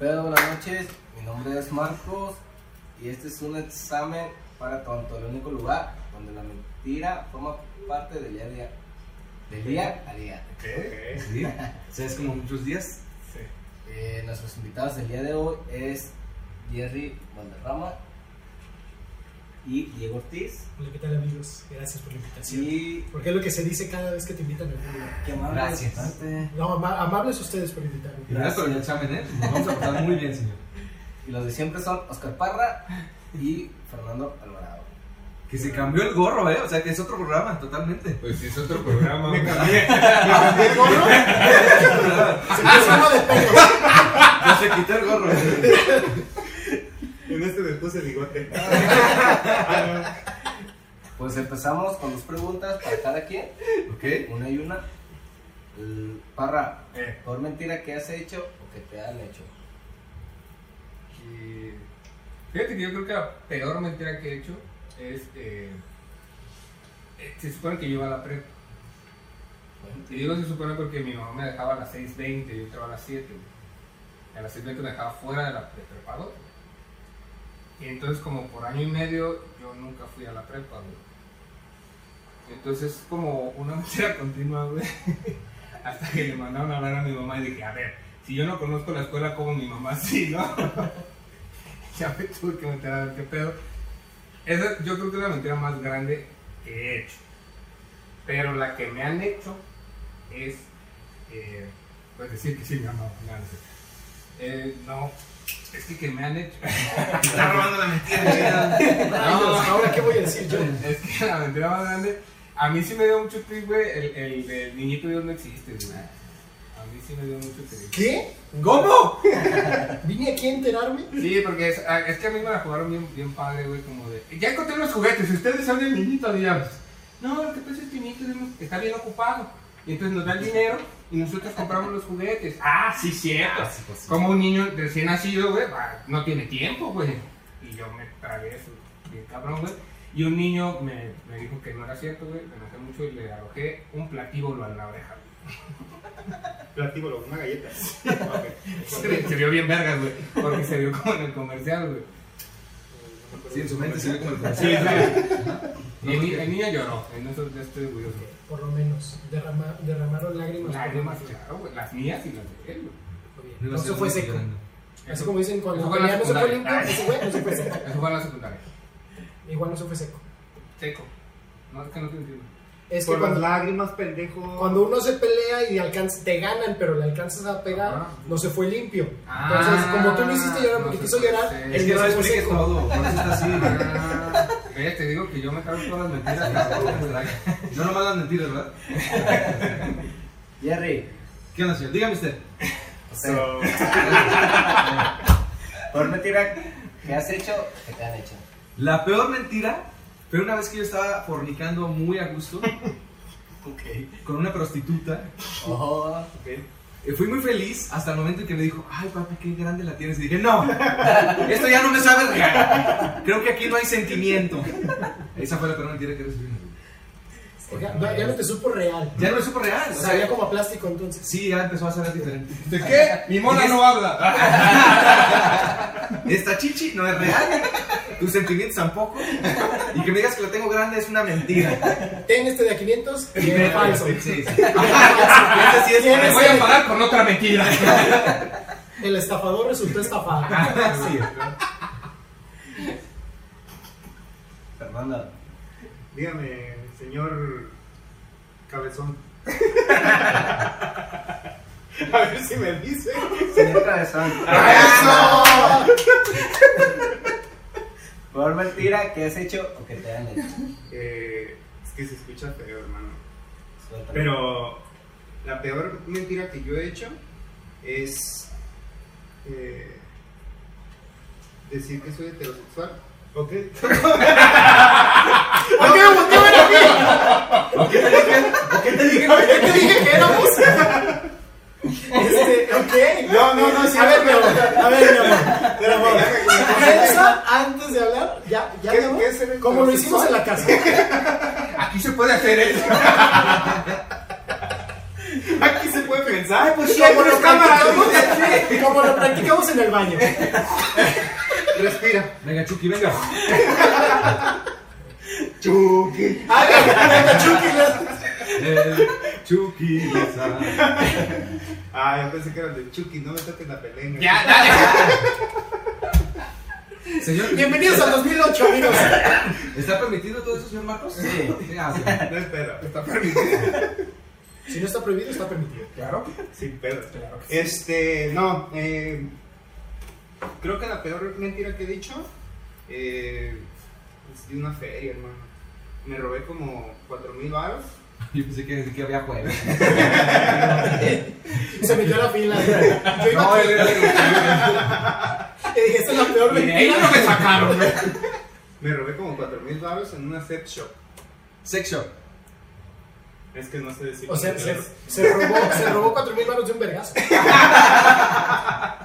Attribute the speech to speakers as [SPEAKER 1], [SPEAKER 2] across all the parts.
[SPEAKER 1] Hola, buenas noches. Mi nombre es Marcos y este es un examen para tonto, el único lugar donde la mentira forma parte del día a día. Del día a día.
[SPEAKER 2] ¿Qué?
[SPEAKER 3] Sí. ¿Sabes como muchos días?
[SPEAKER 2] Sí.
[SPEAKER 1] Eh, nuestros invitados del día de hoy es Jerry Valderrama y Diego Ortiz.
[SPEAKER 4] Hola, ¿qué tal amigos? Gracias por la invitación.
[SPEAKER 1] Y
[SPEAKER 4] Porque es lo que se dice cada vez que te invitan a algún lugar.
[SPEAKER 1] que amable
[SPEAKER 3] Gracias.
[SPEAKER 1] visitante.
[SPEAKER 4] No, ama- amables ustedes por invitarme.
[SPEAKER 3] Y gracias por el examen, ¿eh? Nos vamos a pasar muy bien, señor.
[SPEAKER 1] Y los de siempre son Oscar Parra y Fernando Alvarado.
[SPEAKER 3] Que se cambió el gorro, ¿eh? O sea, que es otro programa, totalmente.
[SPEAKER 5] Pues sí, es otro programa.
[SPEAKER 2] Me
[SPEAKER 5] hombre.
[SPEAKER 2] cambié.
[SPEAKER 4] ¿El gorro? Se puso uno de pelo.
[SPEAKER 3] Ya se quitó el gorro. ¿eh?
[SPEAKER 2] En este me puse el bigote.
[SPEAKER 1] Pues empezamos con dos preguntas para cada quien,
[SPEAKER 3] ¿Ok?
[SPEAKER 1] una y una. Eh, Parra,
[SPEAKER 2] Eh,
[SPEAKER 1] Por mentira que has hecho o que te han hecho.
[SPEAKER 5] Y Fíjate que yo creo que la peor mentira que he hecho es. eh, eh, se supone que yo iba a la prepa. Y digo se supone porque mi mamá me dejaba a las 6.20, yo entraba a las 7. Y A las 6.20 me dejaba fuera de la de prepa dos. Y entonces como por año y medio yo nunca fui a la prepa, güey. Entonces es como una mentira continua, güey. Hasta que le mandaron a hablar a mi mamá y dije, a ver, si yo no conozco la escuela como mi mamá sí, ¿no? ya me tuve que meter a ver qué pedo. Esa yo creo que es la mentira más grande que he hecho. Pero la que me han hecho es eh, pues decir que sí me amaba. No, no, sé. Eh, no, es que que me han hecho.
[SPEAKER 2] Está robando la mentira.
[SPEAKER 4] Rayos, Ahora, ¿qué voy a decir yo?
[SPEAKER 5] Es que la mentira más grande. A mí sí me dio mucho trip, güey. El, el, del niñito Dios no existe, güey. A mí sí me dio mucho trip.
[SPEAKER 4] ¿Qué?
[SPEAKER 3] ¿Cómo?
[SPEAKER 4] ¿Vine aquí a enterarme?
[SPEAKER 5] Sí, porque es, a- es que a mí me la jugaron bien, bien padre, güey. Como de. Ya encontré los juguetes. Ustedes son el niñito, digamos. No, lo que pasa es que el niñito Dios no- está bien ocupado. Y entonces nos da el dinero y nosotros compramos los juguetes. Ah, sí, cierto. Como un niño recién nacido, güey, va, no tiene tiempo, güey. Y yo me tragué eso, bien cabrón, güey. Y un niño me, me dijo que no era cierto, güey. Me enojé mucho y le arrojé un platíbulo a la oreja.
[SPEAKER 2] Platíbulo, una galleta.
[SPEAKER 5] Se, se vio bien vergas, güey. Porque se vio como en el comercial, güey.
[SPEAKER 3] Sí, en su mente se ve como el
[SPEAKER 5] Sí,
[SPEAKER 3] francés.
[SPEAKER 5] sí. Y el, ni- el niño lloró. En eso ya estoy orgulloso.
[SPEAKER 4] Por lo menos. derrama- derramaron lágrimas.
[SPEAKER 5] Lágrimas, claro, güey. Las mías y las de él, güey.
[SPEAKER 4] Muy bien. No se fue seco. Así
[SPEAKER 5] Eso,
[SPEAKER 4] como dicen, cuando
[SPEAKER 5] Eso fue en la
[SPEAKER 4] ya no se fue limpio,
[SPEAKER 5] secundaria.
[SPEAKER 4] ese güey no se fue seco.
[SPEAKER 5] eso fue en la secundaria.
[SPEAKER 4] Igual no se fue seco.
[SPEAKER 5] Seco. No, es que no te entiendo.
[SPEAKER 4] Es que
[SPEAKER 2] Por las
[SPEAKER 4] cuando,
[SPEAKER 2] lágrimas, pendejo.
[SPEAKER 4] cuando uno se pelea y alcanza- te ganan, pero le alcanzas a pegar,
[SPEAKER 5] Ajá.
[SPEAKER 4] no se fue limpio.
[SPEAKER 5] Ah,
[SPEAKER 4] Entonces, como tú no hiciste llorar porque
[SPEAKER 5] no
[SPEAKER 4] quiso
[SPEAKER 5] se fue
[SPEAKER 4] llorar,
[SPEAKER 5] seco.
[SPEAKER 4] él
[SPEAKER 3] Es que no
[SPEAKER 4] no se fue
[SPEAKER 3] expliques
[SPEAKER 4] seco.
[SPEAKER 3] todo, por eso está así.
[SPEAKER 5] Ah, ve, te digo que yo me cargo todas las mentiras. cabrón.
[SPEAKER 3] No nomás las mentiras, ¿verdad?
[SPEAKER 1] Jerry,
[SPEAKER 3] ¿Qué onda, señor? Dígame usted.
[SPEAKER 1] usted,
[SPEAKER 2] So,
[SPEAKER 1] por mentira que has hecho o que te han hecho.
[SPEAKER 3] La peor mentira fue una vez que yo estaba fornicando muy a gusto
[SPEAKER 1] Ok.
[SPEAKER 3] con una prostituta.
[SPEAKER 1] Oh,
[SPEAKER 3] Eh, Fui muy feliz hasta el momento en que me dijo, ay papi, qué grande la tienes. Y dije, no, esto ya no me sabe real. Creo que aquí no hay sentimiento. Esa fue la peor mentira que recibí.
[SPEAKER 4] Oiga, no, ya no te supo real.
[SPEAKER 3] Ya no es súper real. o sea,
[SPEAKER 4] Sabía como a plástico entonces.
[SPEAKER 3] sí, ya empezó a ser diferente.
[SPEAKER 5] ¿De qué? Mi mona no habla.
[SPEAKER 3] Esta chichi no es real. Tus sentimientos tampoco. Y que me digas que la tengo grande es una mentira.
[SPEAKER 4] Ten este de a 500 y
[SPEAKER 3] Me-
[SPEAKER 4] es falso.
[SPEAKER 3] Sí, sí. Ese sí es
[SPEAKER 4] ¿Quién
[SPEAKER 5] Me
[SPEAKER 3] real.
[SPEAKER 5] voy a pagar con otra mentira.
[SPEAKER 4] El estafador resultó estafado.
[SPEAKER 3] Sí.
[SPEAKER 1] Fernando,
[SPEAKER 2] dígame, señor Cabezón. A ver si me dice.
[SPEAKER 1] señor Cabezón, ¡Ah,
[SPEAKER 2] ¡Eso!
[SPEAKER 1] por mentira que has hecho o que te han hecho.
[SPEAKER 2] Eh, es que se escucha feo, hermano.
[SPEAKER 1] Suéltalo.
[SPEAKER 2] Pero la peor mentira que yo he hecho es eh, decir que soy heterosexual.
[SPEAKER 4] ¿Por
[SPEAKER 2] Ok.
[SPEAKER 4] qué me volteaban a mí?
[SPEAKER 3] ¿Qué te dije?
[SPEAKER 4] ¿Por qué te dije que éramos? Este, ok.
[SPEAKER 2] No, no, no, sí,
[SPEAKER 4] a ver, mi
[SPEAKER 2] pero-
[SPEAKER 4] amor. A ver, mi amor. Pero, amor. Piensa antes de hablar. Ya, ya,
[SPEAKER 2] ¿Qué-
[SPEAKER 4] mi amor.
[SPEAKER 2] qué es ser
[SPEAKER 4] Como lo hicimos en la casa.
[SPEAKER 5] Aquí se puede hacer eso.
[SPEAKER 2] Aquí se puede pensar.
[SPEAKER 3] Ay, pues sí, hay
[SPEAKER 4] Como
[SPEAKER 3] unas
[SPEAKER 4] lo
[SPEAKER 3] cámaras.
[SPEAKER 4] practicamos- Como lo Practicamos en el baño.
[SPEAKER 2] Ah, Respira.
[SPEAKER 3] Venga, Chucky, venga.
[SPEAKER 2] Chuque.
[SPEAKER 4] Háganle Chucky. les-
[SPEAKER 3] El Chucky Lozano.
[SPEAKER 2] Ah, yo pensé que era el de Chucky, no me toques la pelenga.
[SPEAKER 5] Ya, dale.
[SPEAKER 3] Señor,
[SPEAKER 4] Bienvenidos al 2008, amigos.
[SPEAKER 3] ¿está permitido todo eso, señor Marcos? ah,
[SPEAKER 1] Sí.
[SPEAKER 3] ¿Qué hace?
[SPEAKER 2] No espera.
[SPEAKER 5] Está permitido.
[SPEAKER 4] Si no está prohibido, está permitido.
[SPEAKER 5] Claro.
[SPEAKER 2] Sin pedo.
[SPEAKER 5] Claro que sí.
[SPEAKER 2] Este, no, eh, creo que la peor mentira que he dicho eh, es de una feria, hermano. Me robé como 4 mil baros.
[SPEAKER 3] Yo pensé que, que había jueves.
[SPEAKER 4] Se metió a la fila. Yo iba
[SPEAKER 3] No,
[SPEAKER 4] aquí
[SPEAKER 3] era-
[SPEAKER 4] y dije, esta es la peor
[SPEAKER 5] Y de ahí
[SPEAKER 4] mentira.
[SPEAKER 5] no me sacaron. güey.
[SPEAKER 2] Me robé como 4 mil baros en una set shop.
[SPEAKER 3] Sex shop.
[SPEAKER 2] Es que no sé decir.
[SPEAKER 4] O sea,
[SPEAKER 2] cómo
[SPEAKER 4] se,
[SPEAKER 2] es.
[SPEAKER 4] se robó, se robó 4 mil baros de un vergazo.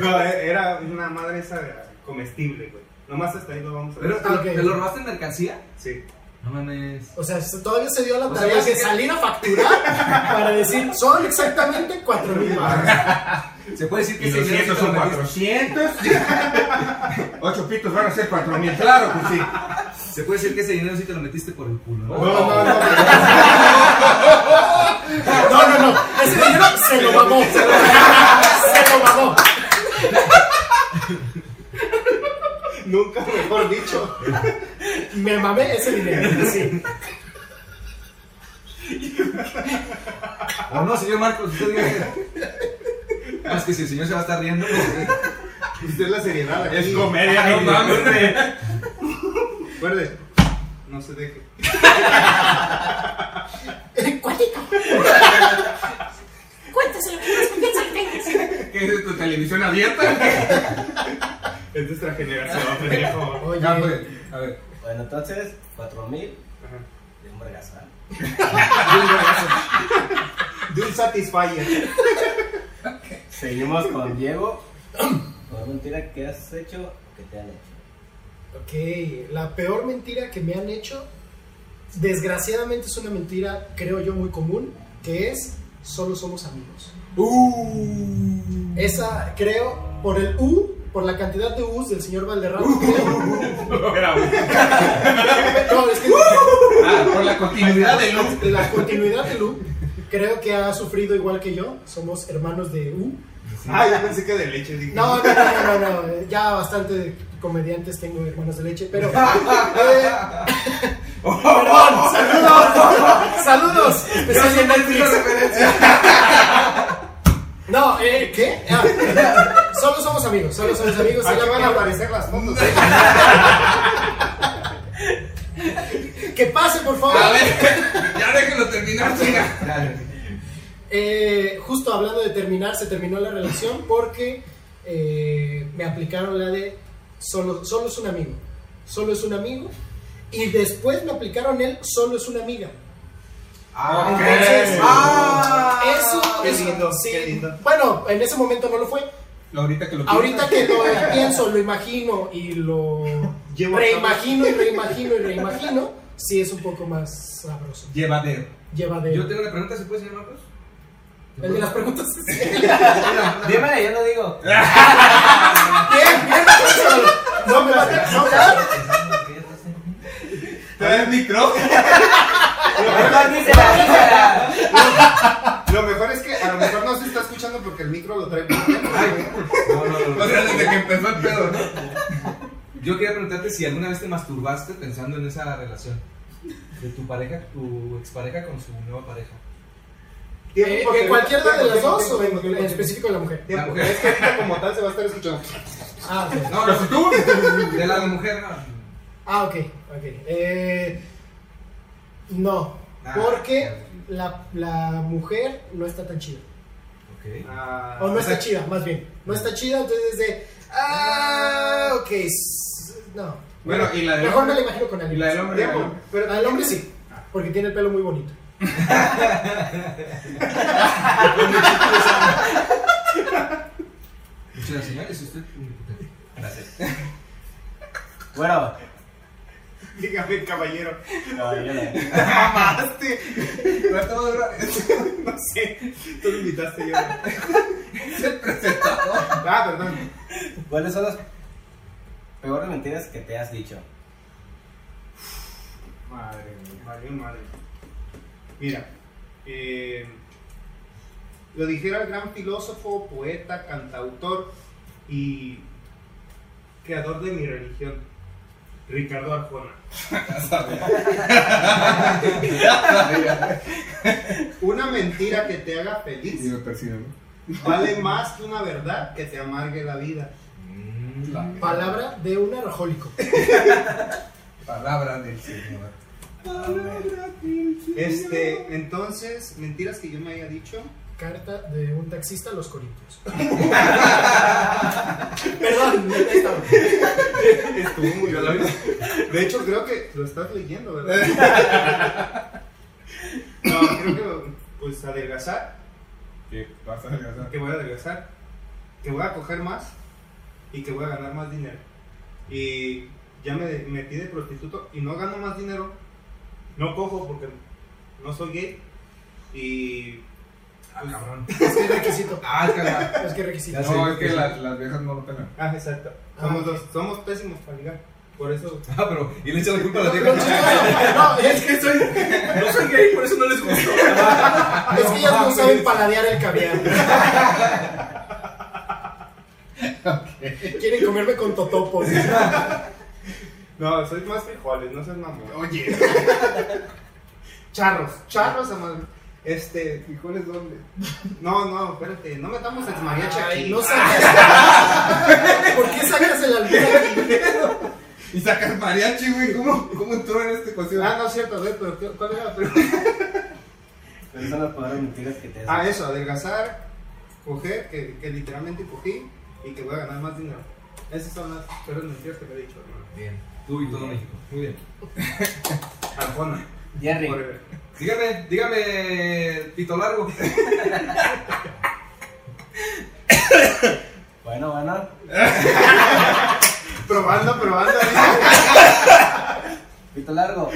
[SPEAKER 2] No, eh, era una madre esa comestible, güey. Nomás hasta ahí lo vamos a ver.
[SPEAKER 3] Pero, ¿te,
[SPEAKER 4] Ah, ok.
[SPEAKER 3] ¿Te lo robaste en mercancía?
[SPEAKER 2] Sí.
[SPEAKER 3] No mames.
[SPEAKER 4] O sea, se- todavía se dio la
[SPEAKER 3] O sea,
[SPEAKER 4] tarea
[SPEAKER 3] pues,
[SPEAKER 4] de
[SPEAKER 3] es que-
[SPEAKER 4] salir a facturar para decir, son exactamente 4 mil baros.
[SPEAKER 3] Se puede decir que
[SPEAKER 5] Y
[SPEAKER 3] ese dinero
[SPEAKER 5] 200
[SPEAKER 3] sí te
[SPEAKER 5] son
[SPEAKER 3] lo
[SPEAKER 5] 400. 8 pitos van a ser 4000. Claro que sí.
[SPEAKER 3] metiste. Se puede decir que ese dinero sí te lo metiste por el culo.
[SPEAKER 2] No,
[SPEAKER 3] ¿no?
[SPEAKER 2] no, no.
[SPEAKER 4] No, no, no. Ese dinero se lo mamó. Se lo mamó.
[SPEAKER 2] Nunca mejor dicho.
[SPEAKER 4] Me mamé ese dinero. Sí.
[SPEAKER 3] O no, señor Marcos, usted diga. Más Ah, que si el señor se va a estar riendo, pues,
[SPEAKER 2] Usted es la seriedad. aquí.
[SPEAKER 5] Es comedia, no mames. güey.
[SPEAKER 2] Recuerde, no se deje.
[SPEAKER 6] Cuatito. Cuéntaselo, piensa que tengas.
[SPEAKER 5] ¿Qué es tu televisión abierta?
[SPEAKER 2] Es nuestra generación, pendejo.
[SPEAKER 4] Oye,
[SPEAKER 5] Ya, pues, a ver.
[SPEAKER 1] Bueno, entonces, 4000
[SPEAKER 2] Ajá.
[SPEAKER 1] de un vergazo. ¿eh?
[SPEAKER 2] De un satisfyer.
[SPEAKER 1] Seguimos con Diego. ¿Por mentira que has hecho o que te han hecho?
[SPEAKER 4] ok, la peor mentira que me han hecho, desgraciadamente es una mentira, creo yo, muy común, que es, solo somos amigos. Esa, creo, por el U, por la cantidad de U's del señor Valderrama, creo. No, es que...
[SPEAKER 5] Ah, por la continuidad de luz.
[SPEAKER 4] La continuidad de Lu, creo que ha sufrido igual que yo. Somos hermanos de U.
[SPEAKER 2] Ah, yo pensé que de leche. Dije, Ah,
[SPEAKER 4] No, no, no, no, no, no, Ya bastante comediantes tengo hermanos de leche, pero. eh,
[SPEAKER 5] Oh.
[SPEAKER 4] perdón, saludos. saludos. Especialmente No, eh, ¿qué? Ah, solo somos amigos, solo somos amigos.
[SPEAKER 5] Ah,
[SPEAKER 2] Aquí
[SPEAKER 4] y la van a aparecer.
[SPEAKER 2] las fotos.
[SPEAKER 4] Que pase, por favor.
[SPEAKER 5] A ver, ya déjenlo terminar, chica.
[SPEAKER 4] Eh, justo hablando de terminar, se terminó la relación porque eh, me aplicaron la de solo, solo es un amigo, solo es un amigo, y después me aplicaron el solo es una amiga.
[SPEAKER 3] Ah, ok.
[SPEAKER 4] Entonces,
[SPEAKER 3] Ah.
[SPEAKER 4] eso,
[SPEAKER 2] Qué
[SPEAKER 4] eso,
[SPEAKER 2] lindo,
[SPEAKER 4] sí.
[SPEAKER 2] qué lindo.
[SPEAKER 4] Bueno, en ese momento no lo fue.
[SPEAKER 5] Ahorita que lo
[SPEAKER 4] Ahorita que lo pienso, lo imagino y lo
[SPEAKER 2] Llevo
[SPEAKER 4] reimagino y reimagino y reimagino, sí es un poco más sabroso.
[SPEAKER 5] Llevadero.
[SPEAKER 4] Lleva de.
[SPEAKER 3] Yo tengo una pregunta, ¿se puede, señor Marcos?
[SPEAKER 4] El de las preguntas.
[SPEAKER 1] Dímela, yo no digo.
[SPEAKER 4] Bien, bien, no me vas a- no me vas a-
[SPEAKER 2] Trae el micrófono. Lo mejor es que a lo mejor no se está escuchando porque el micro lo trae. por dentro, güey.
[SPEAKER 3] No, no, no, no.
[SPEAKER 5] O sea, desde que empezó el pedo, ¿no?
[SPEAKER 3] Yo quería preguntarte si alguna vez te masturbaste pensando en esa relación de tu pareja, tu expareja con su nueva pareja.
[SPEAKER 2] Tiempo,
[SPEAKER 4] Eh,
[SPEAKER 2] porque-
[SPEAKER 4] ¿En cualquiera de
[SPEAKER 2] tiempo,
[SPEAKER 4] las
[SPEAKER 2] tiempo,
[SPEAKER 4] dos o
[SPEAKER 2] tiempo,
[SPEAKER 4] en,
[SPEAKER 2] tiempo,
[SPEAKER 4] en específico la mujer?
[SPEAKER 2] tiempo.
[SPEAKER 3] La mujer.
[SPEAKER 2] Es que ahorita como tal se va a estar escuchando.
[SPEAKER 4] Ah, ok.
[SPEAKER 3] No, no, tú. De la de mujer, no.
[SPEAKER 4] Ah, ok, ok. Eh, no,
[SPEAKER 3] Ah.
[SPEAKER 4] porque la, la mujer no está tan chida.
[SPEAKER 3] Ok.
[SPEAKER 2] Ah,
[SPEAKER 4] O no
[SPEAKER 2] o sea,
[SPEAKER 4] está chida, más bien. No está chida, entonces es de... Ah, ok. s- No.
[SPEAKER 5] Bueno, y la del
[SPEAKER 4] Mejor me la
[SPEAKER 5] hombre.
[SPEAKER 4] imagino con
[SPEAKER 5] Y
[SPEAKER 4] alguien.
[SPEAKER 5] la del hombre.
[SPEAKER 2] Tiempo, pero
[SPEAKER 4] La del hombre sí, porque tiene el pelo muy bonito.
[SPEAKER 3] Muchas señores, usted. Gracias.
[SPEAKER 1] Bueno,
[SPEAKER 2] dígame, caballero.
[SPEAKER 1] no, yo no.
[SPEAKER 2] No sé, tú lo invitaste yo. Ah, perdón.
[SPEAKER 1] ¿Cuáles son las peores mentiras que te has dicho?
[SPEAKER 2] Madre mía, valió madre. Mira, eh, lo dijera el gran filósofo, poeta, cantautor y creador de mi religión, Ricardo Arjona. Una mentira que te haga
[SPEAKER 3] Y
[SPEAKER 2] feliz
[SPEAKER 3] me persiguen, ¿no?
[SPEAKER 2] vale más que una verdad que te amargue la vida.
[SPEAKER 5] Ah.
[SPEAKER 3] La
[SPEAKER 4] Palabra de un arrojólico.
[SPEAKER 3] palabra del Señor.
[SPEAKER 2] Este, entonces, mentiras que yo me haya dicho.
[SPEAKER 4] Carta de un taxista a los Corintios. Perdón, detéstame.
[SPEAKER 2] Estuvo muy bien. De hecho, creo que lo estás leyendo, ¿verdad? No, creo que pues adelgazar,
[SPEAKER 3] ¿Qué pasa? Gaza?
[SPEAKER 2] que voy a adelgazar, que voy a coger más y que voy a ganar más dinero. Y ya me metí de prostituto y no gano más dinero. No cojo porque no soy gay. Y
[SPEAKER 3] Ah, cabrón.
[SPEAKER 4] Es que es requisito.
[SPEAKER 3] Ah, es que la-
[SPEAKER 4] Es que es requisito.
[SPEAKER 3] No, es que las, las viejas no lo pelan.
[SPEAKER 2] ah, exacto. Somos dos, somos pésimos para ligar. Por eso
[SPEAKER 3] Ah, pero. Y le echa la culpa a las
[SPEAKER 4] Lo chistoso-
[SPEAKER 3] viejas.
[SPEAKER 4] No, es que soy.
[SPEAKER 3] No soy gay, por eso no les gusta.
[SPEAKER 4] Es que ellas no saben paladear el caviar. Quieren comerme con totopos.
[SPEAKER 2] No, soy más frijoles, no seas mamón.
[SPEAKER 3] Oye.
[SPEAKER 2] Charros, charros, amor. Este, frijoles dónde? No, no, espérate, no metamos ex mariachi aquí.
[SPEAKER 4] No sacas. ¿Por qué sacas el albur aquí?
[SPEAKER 3] Y sacas mariachi, güey. ¿Cómo, ¿Cómo entró en esta ecuación?
[SPEAKER 2] Ah, no es cierto, a ver, pero ¿qué- ¿cuál era la pregunta?
[SPEAKER 1] ¿Cuáles son las peores mentiras que te has
[SPEAKER 2] Ah, eso, adelgazar, coger, que, que literalmente cogí y que voy a ganar más dinero. Esas son las peores mentiras que te he dicho, hermano.
[SPEAKER 3] Bien. Tú y todo México. Muy bien.
[SPEAKER 2] Arjona,
[SPEAKER 1] dicho? Jerry,
[SPEAKER 2] forever.
[SPEAKER 3] Dígame, dígame, pito largo.
[SPEAKER 1] bueno, bueno.
[SPEAKER 2] Probando, probando. ¿eh?
[SPEAKER 1] Pito largo.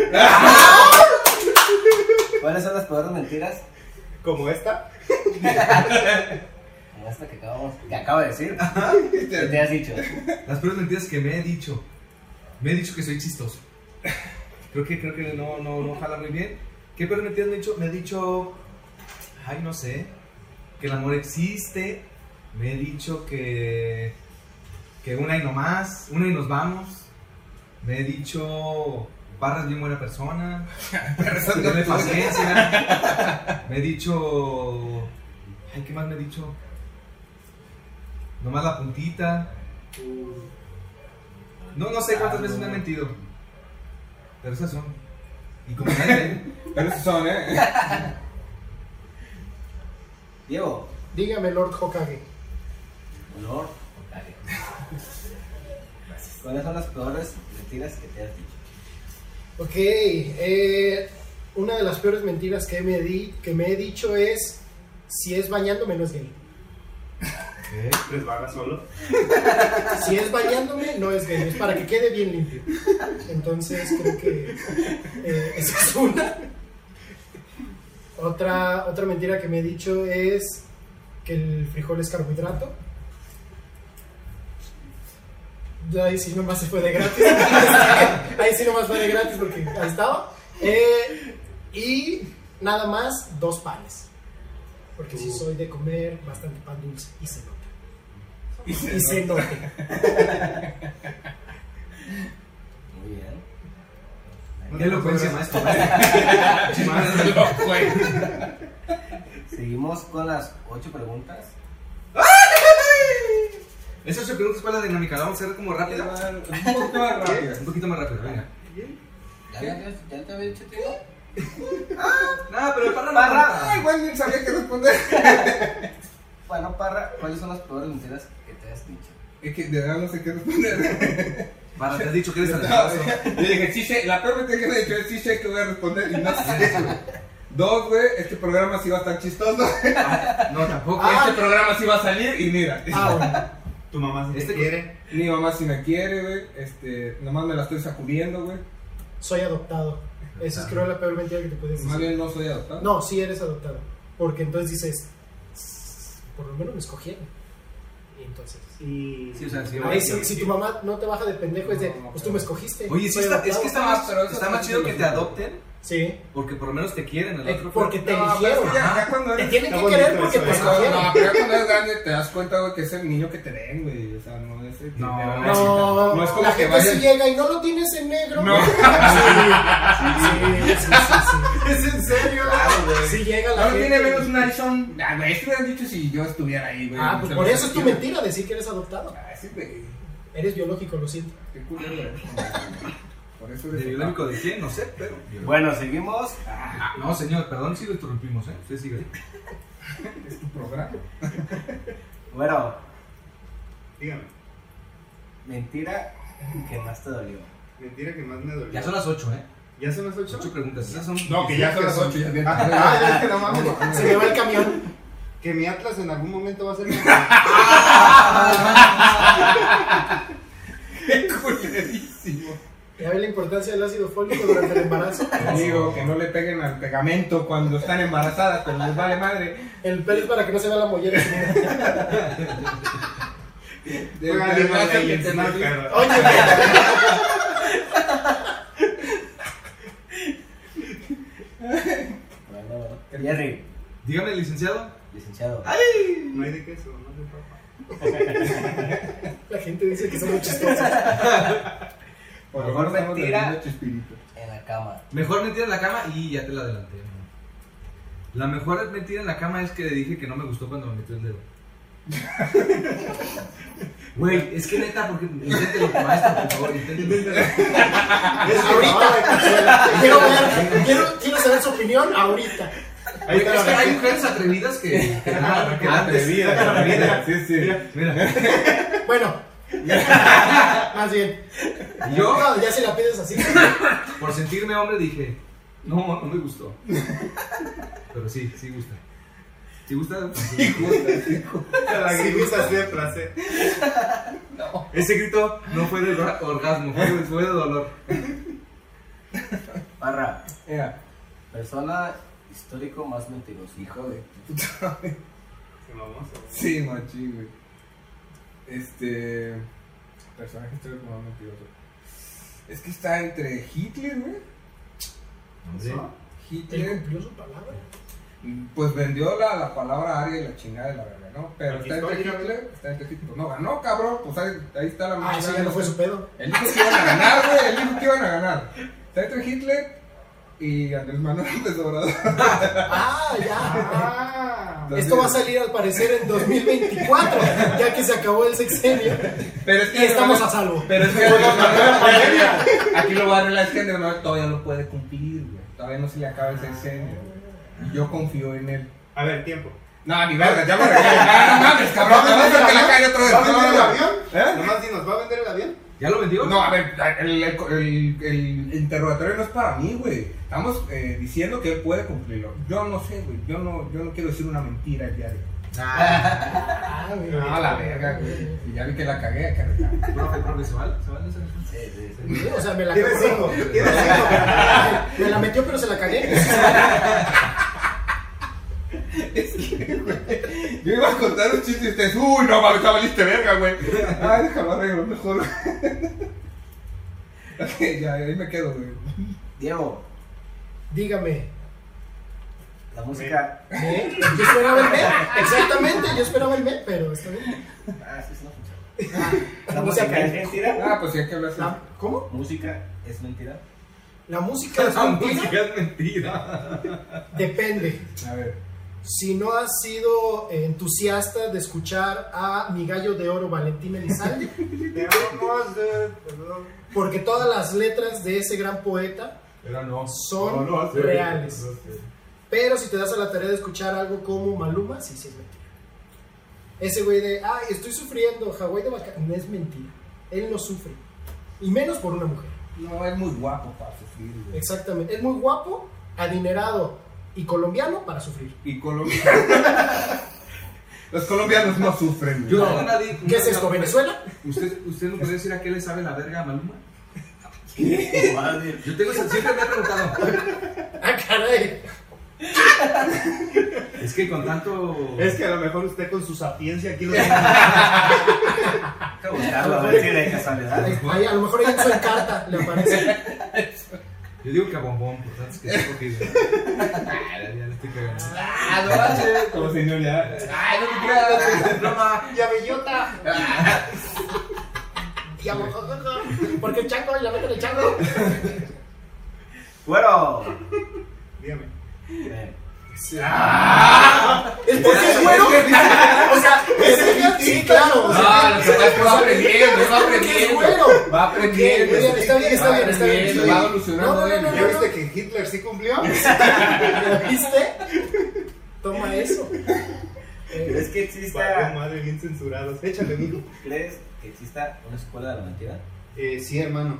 [SPEAKER 1] ¿Cuáles son las peores mentiras?
[SPEAKER 2] Como esta,
[SPEAKER 1] Como esta que acabamos, que acabo de decir, que
[SPEAKER 3] Las
[SPEAKER 1] te has dicho.
[SPEAKER 3] peores mentiras que me he dicho. Me he dicho que soy chistoso. Creo que, creo que no, no, no jala muy bien. ¿Qué peores mentiras me he dicho? Me he dicho. Ay, no sé. Que el amor existe. Me he dicho que. Que una y no más. Una y nos vamos. Me he dicho. Barras bien buena persona. Tenerle paciencia. Me he dicho. Ay, ¿qué más me he dicho? Nomás la puntita. No, no sé cuántas veces me han mentido. Pero esas son. Y como nadie. Pero esas son, ¿eh?
[SPEAKER 1] Diego,
[SPEAKER 4] Dígame, Lord Hokage.
[SPEAKER 1] Lord Octavio. ¿Cuáles son las peores mentiras que te has dicho?
[SPEAKER 4] Ok, eh, una de las peores mentiras que me, di, que me he dicho es: si es bañándome, no es gay.
[SPEAKER 2] les barra solo.
[SPEAKER 4] Si es bañándome, no es gay, es para que quede bien limpio. Entonces creo que eh, esa es una. Otra, otra mentira que me he dicho es que el frijol es carbohidrato. Yo ahí sí nomás se fue de gratis. ahí sí nomás fue de gratis porque ahí estaba. Eh, y nada más dos panes. Porque sí soy de comer bastante pan dulce y se nota. Y se nota.
[SPEAKER 1] Muy bien.
[SPEAKER 3] Qué elocuencia, maestro.
[SPEAKER 2] Más
[SPEAKER 1] Seguimos con las ocho preguntas.
[SPEAKER 3] Esas ocho preguntas para la dinámica. La vamos a hacer como rápida.
[SPEAKER 5] Un poco más rápido.
[SPEAKER 3] Un poquito más rápido, venga.
[SPEAKER 1] ¿Ya, ya, ya te había dicho, Diego?
[SPEAKER 3] No, pero para
[SPEAKER 1] Parra.
[SPEAKER 3] Ay, güey, sabía que responder.
[SPEAKER 1] Bueno, Parra, ¿cuáles son las peores mentiras que te has dicho?
[SPEAKER 5] Es que de verdad no sé qué responder.
[SPEAKER 3] Parra, te has dicho que eres
[SPEAKER 5] Estaba-
[SPEAKER 3] adelgazo.
[SPEAKER 5] Yo dije, sí sé, la peor mentira que me he dicho es sí sé que voy a responder y no sé. güey. Dos, güey, este programa sí va a estar chistoso.
[SPEAKER 3] No, tampoco.
[SPEAKER 5] este programa sí va a salir y mira.
[SPEAKER 4] Ah, bueno.
[SPEAKER 2] Tu mamá se
[SPEAKER 3] Este-
[SPEAKER 2] te quiere.
[SPEAKER 5] Mi mamá sí me quiere, güey. Este, nomás me la estoy sacudiendo, güey.
[SPEAKER 4] Soy adoptado. Eso es creo la peor mentira que te puedes
[SPEAKER 5] Más
[SPEAKER 4] decir.
[SPEAKER 5] bien no soy adoptado.
[SPEAKER 4] No, sí eres adoptado. Porque entonces dices, por lo menos me escogieron. Y entonces.
[SPEAKER 2] Y.
[SPEAKER 1] Sí, o sea, sí,
[SPEAKER 4] Ahí sí, si tu mamá no te baja de pendejo, es de, pues tú me escogiste.
[SPEAKER 3] Oye, sí
[SPEAKER 4] soy
[SPEAKER 3] está- es
[SPEAKER 4] adoptado.
[SPEAKER 3] que está
[SPEAKER 5] No,
[SPEAKER 3] más,
[SPEAKER 5] pero eso
[SPEAKER 3] está
[SPEAKER 5] no
[SPEAKER 3] más
[SPEAKER 5] es
[SPEAKER 3] chido que te
[SPEAKER 5] ideología.
[SPEAKER 3] adopten
[SPEAKER 4] Sí,
[SPEAKER 3] porque por lo menos te quieren. El
[SPEAKER 4] eh,
[SPEAKER 3] otro
[SPEAKER 4] porque te
[SPEAKER 5] No, pero es que
[SPEAKER 4] eligieron.
[SPEAKER 5] ya, ya cuando
[SPEAKER 4] Te
[SPEAKER 5] eres
[SPEAKER 4] tienen
[SPEAKER 2] Está
[SPEAKER 4] que querer
[SPEAKER 2] bonito
[SPEAKER 4] porque
[SPEAKER 2] eso,
[SPEAKER 4] te
[SPEAKER 2] ¿eh?
[SPEAKER 5] No,
[SPEAKER 4] escogieron.
[SPEAKER 5] Pues, no, pero ya cuando eres grande te das cuenta, güey, que es el niño que te ven, güey. O sea, no es el que
[SPEAKER 3] No,
[SPEAKER 5] te van a
[SPEAKER 3] no,
[SPEAKER 5] visitar.
[SPEAKER 4] No,
[SPEAKER 5] no es como
[SPEAKER 4] la
[SPEAKER 5] que
[SPEAKER 4] gente
[SPEAKER 5] vayas.
[SPEAKER 4] si llega y no lo tienes en negro.
[SPEAKER 5] No.
[SPEAKER 4] Sí, sí, sí, sí,
[SPEAKER 3] ¿Es en serio? Claro,
[SPEAKER 4] sí.
[SPEAKER 3] güey.
[SPEAKER 4] Sí llega la
[SPEAKER 5] No
[SPEAKER 4] gente.
[SPEAKER 5] Ah, tiene menos un iPhone. Ah, güey, esto hubieran dicho si yo estuviera ahí, güey.
[SPEAKER 4] Ah,
[SPEAKER 5] O
[SPEAKER 4] pues
[SPEAKER 5] sea,
[SPEAKER 4] por
[SPEAKER 5] me
[SPEAKER 4] eso es tu
[SPEAKER 5] refiero.
[SPEAKER 4] mentira decir que eres adoptado.
[SPEAKER 5] Ah, sí, güey.
[SPEAKER 4] Eres biológico, lo siento.
[SPEAKER 5] Qué culero eres. Por eso
[SPEAKER 3] ¿De
[SPEAKER 5] eres
[SPEAKER 3] biológico de quién? No sé, pero.
[SPEAKER 1] Bueno, seguimos.
[SPEAKER 3] Ah, No, señor, perdón si lo interrumpimos, ¿eh? Usted sigue.
[SPEAKER 5] Es tu programa.
[SPEAKER 1] Bueno,
[SPEAKER 2] Dígame,
[SPEAKER 1] mentira que más te dolió.
[SPEAKER 2] mentira que más me dolió.
[SPEAKER 3] Ya son las 8, ¿eh?
[SPEAKER 2] ¿Ya son las ocho?
[SPEAKER 3] 8 preguntas. Esas son.
[SPEAKER 2] No, que ya
[SPEAKER 5] son las
[SPEAKER 2] son-
[SPEAKER 5] ocho, ya bien.
[SPEAKER 2] Ah, ya es que no mames.
[SPEAKER 4] Se me va el camión.
[SPEAKER 2] Que mi Atlas en algún momento va a ser.
[SPEAKER 5] Qué culerísimo.
[SPEAKER 4] Ya ve la importancia del ácido fólico durante el embarazo.
[SPEAKER 5] Digo que no le peguen al pegamento cuando están embarazadas, pero les vale madre.
[SPEAKER 4] El pelo es para que no se vea la mollera. señora.
[SPEAKER 5] De-
[SPEAKER 2] Oiga,
[SPEAKER 5] de-
[SPEAKER 2] digo,
[SPEAKER 5] de-
[SPEAKER 2] güey,
[SPEAKER 5] de-
[SPEAKER 2] es
[SPEAKER 5] de-
[SPEAKER 2] una
[SPEAKER 5] de-
[SPEAKER 2] perra.
[SPEAKER 4] Oye, güey,
[SPEAKER 1] Bueno, Jerry,
[SPEAKER 3] Dígame, licenciado.
[SPEAKER 1] licenciado.
[SPEAKER 2] No hay de queso, no de papa.
[SPEAKER 4] la gente dice que son muy chistosos.
[SPEAKER 5] Por
[SPEAKER 1] Mejor
[SPEAKER 5] favor, estamos
[SPEAKER 1] mentira.
[SPEAKER 5] vendiendo Chespirito.
[SPEAKER 1] En la cama.
[SPEAKER 3] Mejor mentira en la cama y ya te la adelanté. ¿no? La mejor mentira en la cama es que le dije que no me gustó cuando me metió el dedo. Güey, es que neta, porque inténtelo, maestro, por favor, inténtelo.
[SPEAKER 4] Ahorita. Quiero ver, quiero, quiero saber su opinión ahorita.
[SPEAKER 3] Güey,
[SPEAKER 2] Ahí está
[SPEAKER 3] es que hay
[SPEAKER 2] la
[SPEAKER 3] mujeres atrevidas que, que
[SPEAKER 5] Ah,
[SPEAKER 3] nada, que antes.
[SPEAKER 2] Atrevida, atrevida.
[SPEAKER 5] Sí, sí.
[SPEAKER 3] Mira,
[SPEAKER 4] Bueno. Más bien.
[SPEAKER 3] y yo,
[SPEAKER 4] No, ya si la pides así.
[SPEAKER 3] por sentirme hombre, dije, no, no me gustó. Pero sí, sí gusta. ¿Sí gusta? Sí gusta.
[SPEAKER 2] La grita así de placer.
[SPEAKER 3] Ese grito no fue de orgasmo, fue de- fue de dolor.
[SPEAKER 1] Barra,
[SPEAKER 5] Mira,
[SPEAKER 1] persona histórico más mentiroso.
[SPEAKER 5] hijo de
[SPEAKER 2] Se mamó, se mamó.
[SPEAKER 5] Sí, machín, güey. Este. Personaje histórico más mentiroso. Es que está entre Hitler, güey.
[SPEAKER 3] Hombre.
[SPEAKER 4] Él
[SPEAKER 5] Hitler.
[SPEAKER 4] cumplió su palabra.
[SPEAKER 5] Pues vendió la, la palabra aria y la chingada de la verga, ¿no? Pero
[SPEAKER 2] Aquí
[SPEAKER 5] está entre
[SPEAKER 2] estoy,
[SPEAKER 5] Hitler. Está entre Hitler. Pues no ganó, cabrón. Pues ahí, ahí está la
[SPEAKER 4] Ah, eso
[SPEAKER 5] madre.
[SPEAKER 4] ya no fue su pedo.
[SPEAKER 5] Él dijo que iban a ganar, güey. Él dijo que iban a ganar. Está entre Hitler y Andrés Manuel López Obrador.
[SPEAKER 4] Ah, ya.
[SPEAKER 2] Ah,
[SPEAKER 4] Esto va a salir al parecer en 2024, ya que se acabó el sexenio
[SPEAKER 5] Pero es
[SPEAKER 4] y estamos
[SPEAKER 5] Andrés-
[SPEAKER 4] a salvo.
[SPEAKER 5] Pero es que Andrés Manuel- aquí lo voy a arreglar, es que Andrés Manuel todavía no puede cumplir, güey. Todavía no se le acaba el sexenio. güey. Y yo confío en él.
[SPEAKER 2] A ver, tiempo.
[SPEAKER 5] No, ni verga, ya me arreglé. No, no mames, cabrón, te vas a hacer que la calle otra vez.
[SPEAKER 2] ¿Va a vender el
[SPEAKER 5] No,
[SPEAKER 2] avión?
[SPEAKER 5] ¿Eh?
[SPEAKER 2] Nomás dinos, ¿va a vender el avión?
[SPEAKER 3] ¿Ya lo vendió?
[SPEAKER 5] No, no, a ver, el, el- el- el interrogatorio no es para mí, güey. Estamos eh, diciendo que él puede cumplirlo. Yo no sé, güey. Yo no, yo no quiero decir una mentira el día de hoy.
[SPEAKER 4] Ah, güey.
[SPEAKER 5] No, la verga, güey. Y ya vi que la cagué, carnal.
[SPEAKER 3] Profe, profe, ¿se vale? ¿Se vale esa respuesta?
[SPEAKER 1] Sí, sí, sí.
[SPEAKER 4] Sí, O sea, me la
[SPEAKER 2] Tienes
[SPEAKER 4] cagué.
[SPEAKER 2] cinco, tienes cinco.
[SPEAKER 4] Me la metió, pero se la cagué.
[SPEAKER 5] Yo iba a contar un chiste y ustedes, uy, no mames, ya valiste verga, güey. Ay, déjalo arreglo, mejor. ok, ya, ahí me quedo, güey.
[SPEAKER 1] Diego,
[SPEAKER 4] Dígame.
[SPEAKER 1] la música.
[SPEAKER 4] ¿eh? Yo esperaba el B. Exactamente, yo esperaba el B, pero está bien.
[SPEAKER 1] Ah, sí, sí, no funciona.
[SPEAKER 4] La
[SPEAKER 1] La
[SPEAKER 4] música
[SPEAKER 1] música es
[SPEAKER 4] es-
[SPEAKER 1] mentira.
[SPEAKER 5] Ah, pues sí, hay que hablar así.
[SPEAKER 4] La- ¿Cómo?
[SPEAKER 1] Música es mentira.
[SPEAKER 4] La música es
[SPEAKER 3] La
[SPEAKER 4] mentira.
[SPEAKER 3] música es mentira.
[SPEAKER 4] Depende.
[SPEAKER 5] A ver.
[SPEAKER 4] Si no has sido entusiasta de escuchar a mi gallo de oro Valentín Elizalde,
[SPEAKER 2] Te amo, de- perdón.
[SPEAKER 4] porque todas las letras de ese gran poeta
[SPEAKER 3] Pero no.
[SPEAKER 4] son reales. Pero si te das a la tarea de escuchar algo como Maluma, sí, sí es mentira. Ese güey de, ay, estoy sufriendo, Hawái de vaca, no es mentira. Él no sufre. Y menos por una mujer.
[SPEAKER 5] No, es muy guapo para sufrir, güey.
[SPEAKER 4] Exactamente. Es muy guapo, adinerado y colombiano para sufrir.
[SPEAKER 5] Y colombiano. Los colombianos no sufren, güey. Ah,
[SPEAKER 3] Yo tengo una di-
[SPEAKER 4] ¿Qué es
[SPEAKER 3] una-
[SPEAKER 4] esto, Venezuela?
[SPEAKER 3] ¿Usted, ¿Usted no puede decir a qué le sabe la verga a Maluma?
[SPEAKER 1] Madre.
[SPEAKER 3] Yo tengo esa- siempre me he preguntado.
[SPEAKER 4] Ah, caray.
[SPEAKER 3] Es que con tanto.
[SPEAKER 2] Es que a lo mejor usted con su sapiencia aquí lo tiene.
[SPEAKER 1] Te buscarlo, a ver si de casualidad.
[SPEAKER 4] Ahí- ahí, a lo mejor ahí en su carta le aparece.
[SPEAKER 3] Yo digo que a bombón, por tanto, es que sí, porque. Ah, ya le estoy cagando.
[SPEAKER 5] Ah, no manches.
[SPEAKER 2] Como señor ya.
[SPEAKER 5] Ay, no te creas. No mames.
[SPEAKER 4] Ya bellota. Y a lo mejor- Porque el chango, y la meten el chango.
[SPEAKER 1] Bueno.
[SPEAKER 2] Dígame.
[SPEAKER 1] Bien.
[SPEAKER 4] Es porque es bueno. O sea, es sí, claro. o sea,
[SPEAKER 5] No, lo que pasa Ah, es que va aprendiendo, va
[SPEAKER 4] porque es
[SPEAKER 5] aprendiendo.
[SPEAKER 4] bueno.
[SPEAKER 5] Va aprendiendo.
[SPEAKER 4] Muy bien, está bien, está bien, está bien.
[SPEAKER 5] Va evolucionando.
[SPEAKER 4] No, no, no, no,
[SPEAKER 2] ¿Ya viste que Hitler sí cumplió?
[SPEAKER 4] ¿Ya ¿Viste? Toma eso. Eh,
[SPEAKER 1] ¿Crees que exista,
[SPEAKER 2] Vale, madre, bien censurados. Échale, mijo.
[SPEAKER 1] ¿Crees que exista una escuela de la mentira?
[SPEAKER 2] Eh, sí, hermano.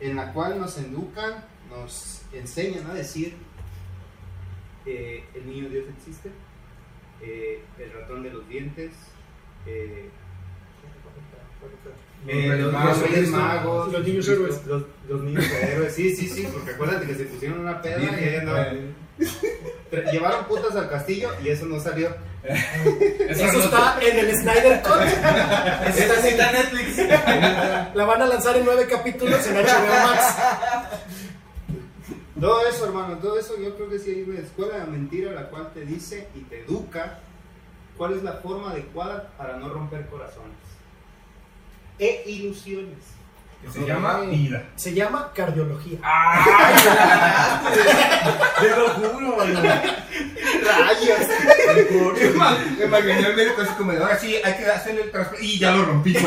[SPEAKER 2] En la cual nos educan, nos enseñan a decir: eh, el niño Dios existe, eh, el ratón de los dientes, eh, eh,
[SPEAKER 3] Los
[SPEAKER 2] los
[SPEAKER 3] magos,
[SPEAKER 2] reyes
[SPEAKER 3] Cristo.
[SPEAKER 2] magos,
[SPEAKER 4] Los niños
[SPEAKER 2] Cristo,
[SPEAKER 4] héroes.
[SPEAKER 2] Los, los niños héroes, sí, sí, sí, porque acuérdate que se pusieron una pedra y ahí andaban. Tre- Llevaron putas al castillo y eso no salió.
[SPEAKER 4] Eso está en el Snyder Cut.
[SPEAKER 3] Esta sí está en Netflix.
[SPEAKER 4] La van a lanzar en nueve capítulos en HBO Max.
[SPEAKER 2] Todo eso, hermano, todo eso yo creo que sí hay una escuela de la mentira la cual te dice y te educa cuál es la forma adecuada para no romper corazones e ilusiones.
[SPEAKER 5] Que se llama vida.
[SPEAKER 4] Se llama cardiología.
[SPEAKER 3] Te lo juro,
[SPEAKER 2] ¡Rayos!
[SPEAKER 5] Me imaginé al médico así como de ahora sí, hay que hacerle el trasplante. Y ya lo rompí, güey.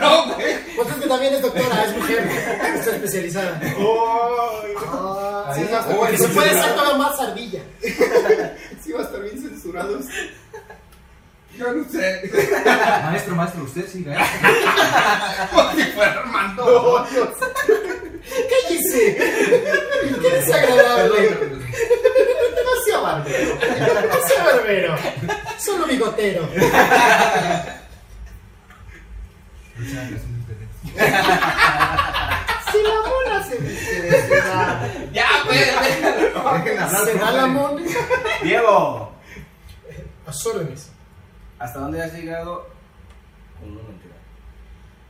[SPEAKER 5] No, güey.
[SPEAKER 4] Pues es que también es doctora, es mujer, está especializada. Ah,
[SPEAKER 2] Ahí
[SPEAKER 4] sí,
[SPEAKER 2] está.
[SPEAKER 4] porque
[SPEAKER 2] Uy,
[SPEAKER 4] se
[SPEAKER 2] sí,
[SPEAKER 4] puede
[SPEAKER 2] sí.
[SPEAKER 4] ser todavía más ardilla.
[SPEAKER 2] Sí va a estar bien censurados.
[SPEAKER 5] Yo no sé.
[SPEAKER 3] Ah, Maestro, maestro, usted siga. ¿eh?
[SPEAKER 5] Como si fuera Armando.
[SPEAKER 4] ¡Cállese! ¡Qué desagradable! No sea barbero. No sea barbero. Solo bigotero. Si la mona se viste de ese lado,
[SPEAKER 5] Ya, güey.
[SPEAKER 3] Dejen hablar,
[SPEAKER 4] ¿Se da
[SPEAKER 3] profe.
[SPEAKER 4] la mona?
[SPEAKER 1] Diego,
[SPEAKER 4] A sus órdenes.
[SPEAKER 1] ¿hasta dónde has llegado con una mentira?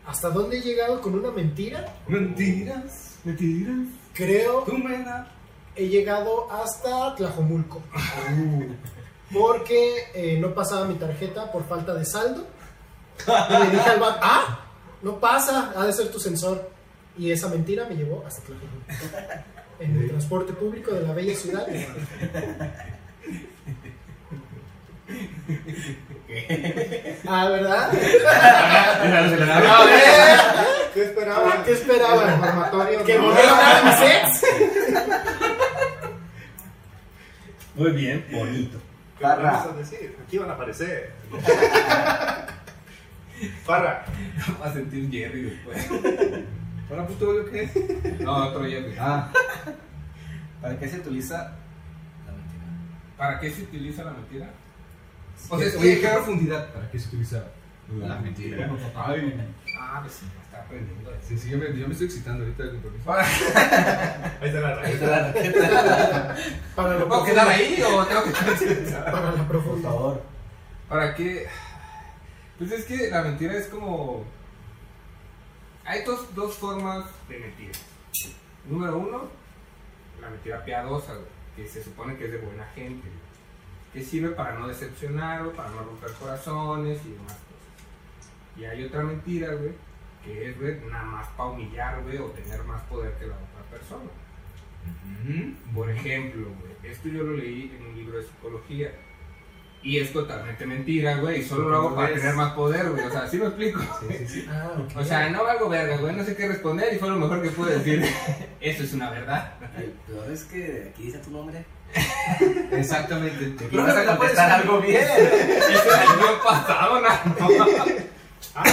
[SPEAKER 4] ¿Hasta dónde he llegado con una mentira?
[SPEAKER 3] Mentiras, mentiras.
[SPEAKER 4] Creo
[SPEAKER 3] Tú me das.
[SPEAKER 4] he llegado hasta Tlajomulco. Porque eh, no pasaba mi tarjeta por falta de saldo. Y le dije al banco, ah, no pasa, ha de ser tu sensor. Y esa mentira me llevó hasta Tlajomulco. En el transporte público de la bella ciudad. de Guadalajara. Ah, ¿verdad?
[SPEAKER 2] ¿Qué esperaba?
[SPEAKER 4] Ah, ¿Qué esperaba?
[SPEAKER 2] El reformatorio.
[SPEAKER 4] Que
[SPEAKER 2] ¿no?
[SPEAKER 4] volviera a hablar de mis ex.
[SPEAKER 5] Muy bien, bonito.
[SPEAKER 2] ¿Qué vamos a decir? Aquí van a aparecer. Parra,
[SPEAKER 5] Va a sentir Jerry después.
[SPEAKER 3] ¿Para puto yo qué?
[SPEAKER 5] No, otro Jerry.
[SPEAKER 3] Ah,
[SPEAKER 1] ¿Para qué se utiliza la mentira?
[SPEAKER 5] ¿Para qué se utiliza la mentira?
[SPEAKER 3] o sea, oye, qué profundidad. ¿Para qué se utiliza la mentira?
[SPEAKER 5] Ay. Ah, pues sí, está aprendiendo.
[SPEAKER 3] Sí, sí, yo me, yo me estoy excitando ahorita con permiso.
[SPEAKER 5] Para-
[SPEAKER 2] ahí está la raíz.
[SPEAKER 4] Para
[SPEAKER 5] ¿Me
[SPEAKER 4] lo
[SPEAKER 5] puedo
[SPEAKER 4] profundo,
[SPEAKER 5] quedar ahí o tengo que.?
[SPEAKER 4] Para lo
[SPEAKER 1] Por
[SPEAKER 4] profundo.
[SPEAKER 1] favor.
[SPEAKER 5] ¿Para qué? Pues es que la mentira es como. Hay dos, dos formas de mentir. Número uno, la mentira piadosa, güey, que se supone que es de buena gente, güey, que sirve para no decepcionar o para no romper corazones y demás cosas. Y hay otra mentira, güey, que es, güey, nada más para humillar, güey, o tener más poder que la otra persona. Por ejemplo, güey, esto yo lo leí en un libro de psicología. Y es totalmente mentira, güey. y Solo lo hago para tener más poder, güey. O sea, ¿sí me explico?
[SPEAKER 4] Ah, ok.
[SPEAKER 5] O sea, no valgo verga, güey. No sé qué responder y fue lo mejor que pude decir. Eso es una verdad.
[SPEAKER 1] El peor es que aquí dice tu nombre.
[SPEAKER 3] Exactamente.
[SPEAKER 1] Pero no puedes contestar algo bien.
[SPEAKER 5] Eso no ha pasado nada. no.
[SPEAKER 2] Ah,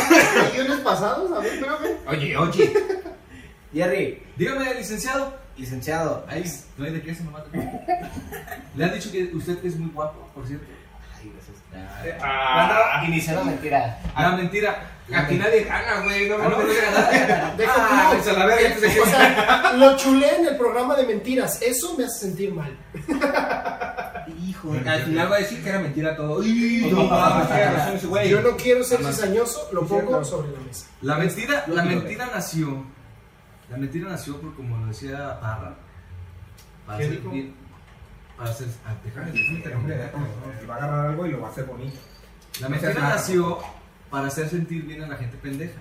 [SPEAKER 2] guiones pasados, a ver, espérame.
[SPEAKER 5] Oye, oye.
[SPEAKER 1] Jerry,
[SPEAKER 3] Dígame, licenciado.
[SPEAKER 1] licenciado.
[SPEAKER 3] Ahí, no hay de qué se nomás. Le han dicho que usted es muy guapo, por cierto.
[SPEAKER 1] Ay, gracias.
[SPEAKER 2] Ah,
[SPEAKER 1] Iniciar la mentira.
[SPEAKER 3] La mentira.
[SPEAKER 5] Aquí nadie gana, güey. No,
[SPEAKER 3] Ah, no,
[SPEAKER 5] no,
[SPEAKER 3] no, no,
[SPEAKER 4] Deja
[SPEAKER 3] Ah,
[SPEAKER 4] tú.
[SPEAKER 3] pues a la verga, entonces,
[SPEAKER 4] O sea, lo chulé en el programa de mentiras. Eso me hace sentir mal.
[SPEAKER 1] Hijo
[SPEAKER 5] Al final va a decir que era mentira todo. ¡Uy, no mames! Tiene razón ese güey.
[SPEAKER 4] Yo no quiero ser
[SPEAKER 3] Además,
[SPEAKER 4] cizañoso, lo
[SPEAKER 5] sí,
[SPEAKER 4] pongo
[SPEAKER 5] claro.
[SPEAKER 4] sobre la mesa.
[SPEAKER 3] La mentira,
[SPEAKER 1] Yo
[SPEAKER 3] la
[SPEAKER 1] digo,
[SPEAKER 3] mentira nació. La mentira nació por como lo decía Parra. Para
[SPEAKER 2] ¿Qué
[SPEAKER 3] ser
[SPEAKER 2] dijo?
[SPEAKER 3] bien- Para ser. ah, déjame- déjame terminar.
[SPEAKER 5] Va a agarrar algo y lo va a hacer bonito.
[SPEAKER 3] La
[SPEAKER 5] No seas
[SPEAKER 3] mentira
[SPEAKER 5] naco.
[SPEAKER 3] nació para hacer sentir bien a la gente pendeja.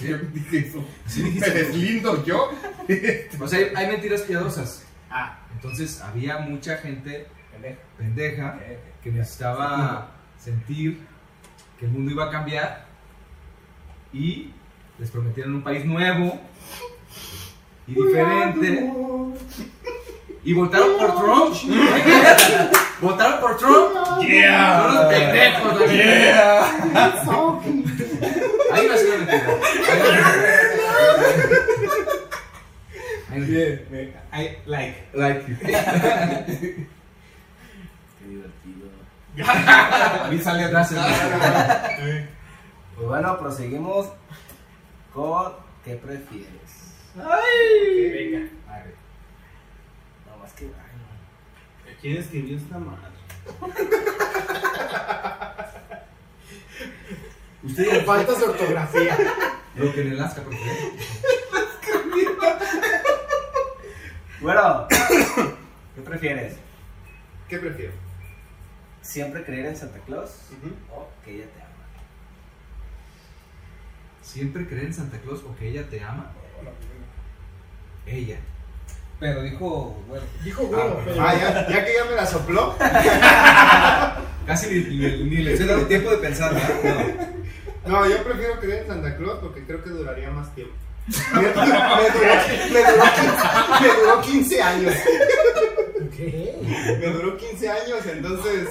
[SPEAKER 5] Yo dije eso.
[SPEAKER 3] Así
[SPEAKER 5] Me
[SPEAKER 3] dijiste.
[SPEAKER 5] deslindo yo.
[SPEAKER 3] O sea, hay, hay mentiras piadosas.
[SPEAKER 5] Ah,
[SPEAKER 3] Entonces había mucha gente
[SPEAKER 5] pendejo.
[SPEAKER 3] pendeja que necesitaba sentir que el mundo iba a cambiar y les prometieron un país nuevo y diferente y votaron por Trump. Votaron por Trump.
[SPEAKER 5] Ah,
[SPEAKER 2] Yeah.
[SPEAKER 3] Son los pendejos. la neta. Ahí nació la mentira. Ahí nació la mentira.
[SPEAKER 5] Bien, bien. I like.
[SPEAKER 3] Like.
[SPEAKER 1] Qué divertido.
[SPEAKER 5] A mí sale atrás.
[SPEAKER 2] eh,
[SPEAKER 1] Pues bueno, proseguimos con ¿qué prefieres?
[SPEAKER 5] Venga.
[SPEAKER 1] No más que ay, no.
[SPEAKER 2] ¿Quién escribió esta madre?
[SPEAKER 4] Con faltas de ortografía.
[SPEAKER 3] Lo que en el Alaska, por ejemplo.
[SPEAKER 1] Bueno, ¿qué prefieres?
[SPEAKER 2] ¿Qué prefiero?
[SPEAKER 1] ¿Siempre creer en Santa Claus
[SPEAKER 2] Ujú.
[SPEAKER 1] o que ella te ama?
[SPEAKER 3] ¿Siempre creer en Santa Claus o que ella te ama? Ella.
[SPEAKER 5] Pero dijo, bueno.
[SPEAKER 4] Dijo bueno, pero.
[SPEAKER 2] Ah, ya, ya que ya me la sopló.
[SPEAKER 3] Casi ni, ni- ni les he dado tiempo de pensar, ¿verdad?
[SPEAKER 2] No, yo prefiero creer en Santa Claus porque creo que duraría más tiempo. Me, me duró, me duró 15, me duró 15 años.
[SPEAKER 4] ¿Qué?
[SPEAKER 2] Me duró 15 años, entonces.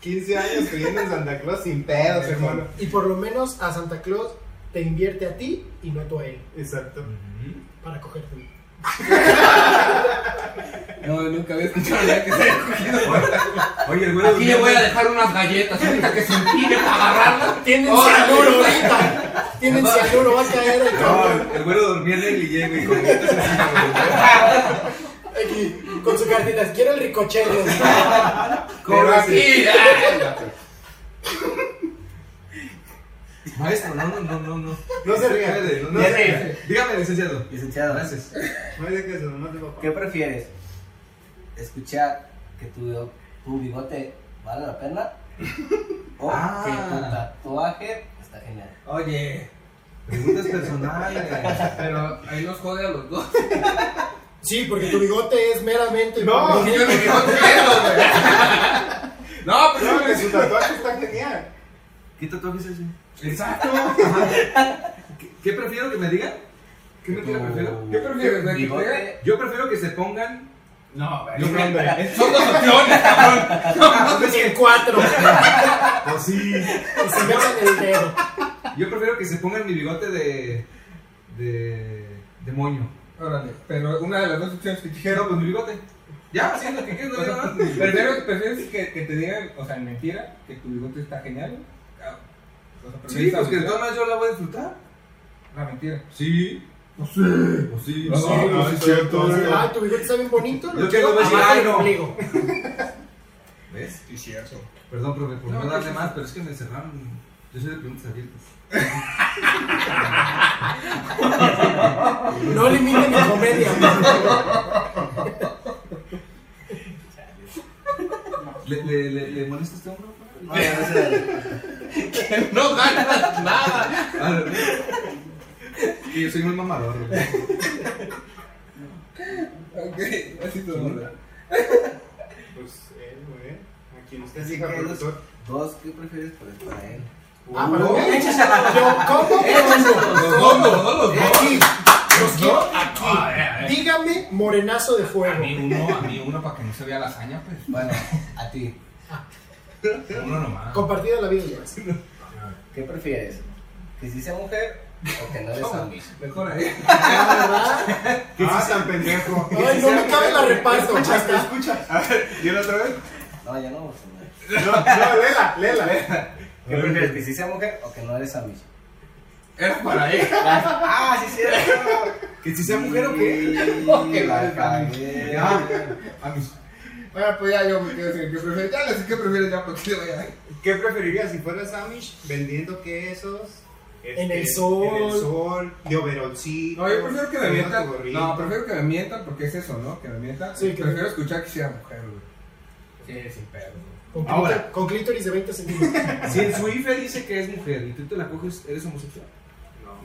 [SPEAKER 2] 15 años creyendo en Santa Claus sin pedos, hermano.
[SPEAKER 4] Y por lo menos a Santa Claus te invierte a ti y no tú a él
[SPEAKER 2] Exacto.
[SPEAKER 4] para cogerte.
[SPEAKER 5] No, nunca había escuchado a nadie que se haya cogido.
[SPEAKER 3] Oye, el güero
[SPEAKER 5] Aquí le
[SPEAKER 3] durmiendo-
[SPEAKER 5] voy a dejar unas galletas ahorita que se impide para agarrarlas.
[SPEAKER 4] Tienen
[SPEAKER 5] Órale,
[SPEAKER 4] cianuro
[SPEAKER 5] güey.
[SPEAKER 4] ahorita. Tienen cianuro, va a caer el cabrón.
[SPEAKER 3] No, el güero durmiendo en el guillermo y con esto se
[SPEAKER 4] Aquí, con su cartita. Quiero el ricochero.
[SPEAKER 5] Pero aquí. eh.
[SPEAKER 3] Maestro, no, no, no, no, no.
[SPEAKER 2] No se ría.
[SPEAKER 3] Puede, no, no
[SPEAKER 1] Ya
[SPEAKER 3] se
[SPEAKER 1] sé.
[SPEAKER 3] puede. Dígame, licenciado.
[SPEAKER 1] Licenciado, ¿eh?
[SPEAKER 3] Gracias.
[SPEAKER 2] No hay de queso, nomás de papá.
[SPEAKER 1] ¿Qué prefieres? ¿Escuchar que tu, tu bigote vale la pena? ¿O
[SPEAKER 3] Ah.
[SPEAKER 1] que tu tatuaje está genial?
[SPEAKER 5] Oye.
[SPEAKER 3] Preguntas personales.
[SPEAKER 5] Pero ahí nos jode a los dos.
[SPEAKER 4] Sí, porque tu bigote es meramente.
[SPEAKER 2] No,
[SPEAKER 5] Porque yo no quiero hacerlo, güey. No, pero
[SPEAKER 2] No, que su tatuaje está genial.
[SPEAKER 3] ¿Qué tatuaje es ese?
[SPEAKER 5] Exacto.
[SPEAKER 3] ¿Qué, qué prefiero que me digan? ¿Qué mentira prefiero?
[SPEAKER 5] ¿Qué prefieres, güey? ¿Que
[SPEAKER 1] Bigote.
[SPEAKER 5] juegue?
[SPEAKER 3] Yo prefiero que se pongan.
[SPEAKER 2] No,
[SPEAKER 3] Yo creo-
[SPEAKER 2] hombre.
[SPEAKER 5] Son dos opciones, cabrón.
[SPEAKER 4] no, cuatro.
[SPEAKER 3] Pues sí.
[SPEAKER 4] Y se metan el dedo.
[SPEAKER 3] Yo prefiero que se pongan mi bigote de. de. de moño.
[SPEAKER 5] Órale, pero una de las dos opciones que
[SPEAKER 3] Pero
[SPEAKER 5] dijeron.
[SPEAKER 3] pues mi bigote. Ya, haciendo lo que quieras, no digo nada.
[SPEAKER 5] Prefiero, prefieres que, que te digan, o sea, en mentira, que tu bigote está genial. Ah, o sea,
[SPEAKER 3] Sí,
[SPEAKER 5] prefieres la
[SPEAKER 3] pues que de
[SPEAKER 5] mentira.
[SPEAKER 3] todas maneras yo la voy a disfrutar.
[SPEAKER 5] La mentira.
[SPEAKER 3] Sí. Pues sí. Pues sí.
[SPEAKER 5] No,
[SPEAKER 3] sí,
[SPEAKER 2] no,
[SPEAKER 3] pues sí,
[SPEAKER 2] es
[SPEAKER 3] cierto.
[SPEAKER 2] cierto.
[SPEAKER 4] Ah, tu bigote está bien bonito.
[SPEAKER 3] Yo quiero
[SPEAKER 4] Abajo
[SPEAKER 3] decir, ay,
[SPEAKER 4] del
[SPEAKER 3] no.
[SPEAKER 4] ombligo.
[SPEAKER 3] ¿Ves?
[SPEAKER 5] Sí, cierto.
[SPEAKER 3] Perdón, profe, por
[SPEAKER 5] No,
[SPEAKER 3] no,
[SPEAKER 5] no,
[SPEAKER 3] darle
[SPEAKER 5] sí, sí.
[SPEAKER 3] más, pero es que me cerraron. Yo soy de preguntas abiertas.
[SPEAKER 4] No limiten mi comedia.
[SPEAKER 3] ¿Le, le, le, le molesta este hombre?
[SPEAKER 1] No, gracias.
[SPEAKER 5] No ganas nada.
[SPEAKER 3] Ah, y yo soy muy mamador. güey.
[SPEAKER 5] Ok, así te mola.
[SPEAKER 2] Pues él, güey. A quien usted
[SPEAKER 1] Así
[SPEAKER 2] diga,
[SPEAKER 1] que los
[SPEAKER 2] profesor.
[SPEAKER 1] dos, ¿qué prefieres para- para él?
[SPEAKER 4] Ah, pero yo, ¿cómo?
[SPEAKER 5] Los dos, los dos, los dos.
[SPEAKER 4] Aquí. Los quiero aquí.
[SPEAKER 5] Ah, eh, eh.
[SPEAKER 4] Dígame morenazo de
[SPEAKER 5] Pues A
[SPEAKER 4] fuego.
[SPEAKER 5] mí uno, a mí uno para que no se vea la hazaña, pues.
[SPEAKER 1] Bueno, a ti,
[SPEAKER 5] Uno nomás.
[SPEAKER 4] Compartida la vida. ya.
[SPEAKER 1] ¿qué prefieres? ¿Que si sea mujer o que no eres zombie?
[SPEAKER 5] Mejor ahí.
[SPEAKER 4] La verdad.
[SPEAKER 2] Ah, tan pendejo.
[SPEAKER 4] Ay, no me cabe la reparto.
[SPEAKER 2] Escucha,
[SPEAKER 4] Hasta
[SPEAKER 2] escucha. A ver, ¿y la otra vez?
[SPEAKER 1] No, ya no, señor.
[SPEAKER 2] No, no, lela, lela.
[SPEAKER 1] ¿Qué prefieres, que sí sea mujer o que no eres amigo?
[SPEAKER 5] Era para él.
[SPEAKER 1] ah, sí, sí, era.
[SPEAKER 3] ¿Que si sea mujer o qué?
[SPEAKER 1] o que la cagué.
[SPEAKER 3] Ah, a mí.
[SPEAKER 5] Bueno, pues ya yo me quedo sin que prefieres. Ya les que prefieres ya porque te vaya.
[SPEAKER 2] ¿Qué preferirías si fueras Amish vendiendo quesos? este,
[SPEAKER 4] En el sol.
[SPEAKER 2] En el sol, de overolcito.
[SPEAKER 5] No, yo prefiero que me
[SPEAKER 2] con
[SPEAKER 5] mientan.
[SPEAKER 2] tu gorrito.
[SPEAKER 5] No, prefiero que me mientan porque es eso, ¿no? Que me mientan.
[SPEAKER 4] Sí, que
[SPEAKER 5] prefiero
[SPEAKER 4] me-
[SPEAKER 5] escuchar que sea mujer, güey. Sí, sin pedo. güey.
[SPEAKER 4] Con,
[SPEAKER 3] Ahora.
[SPEAKER 4] clítor- con clítoris de 20 centímetros.
[SPEAKER 3] Si en su IFE dice que es mujer y tú te la coges, eres homosexual.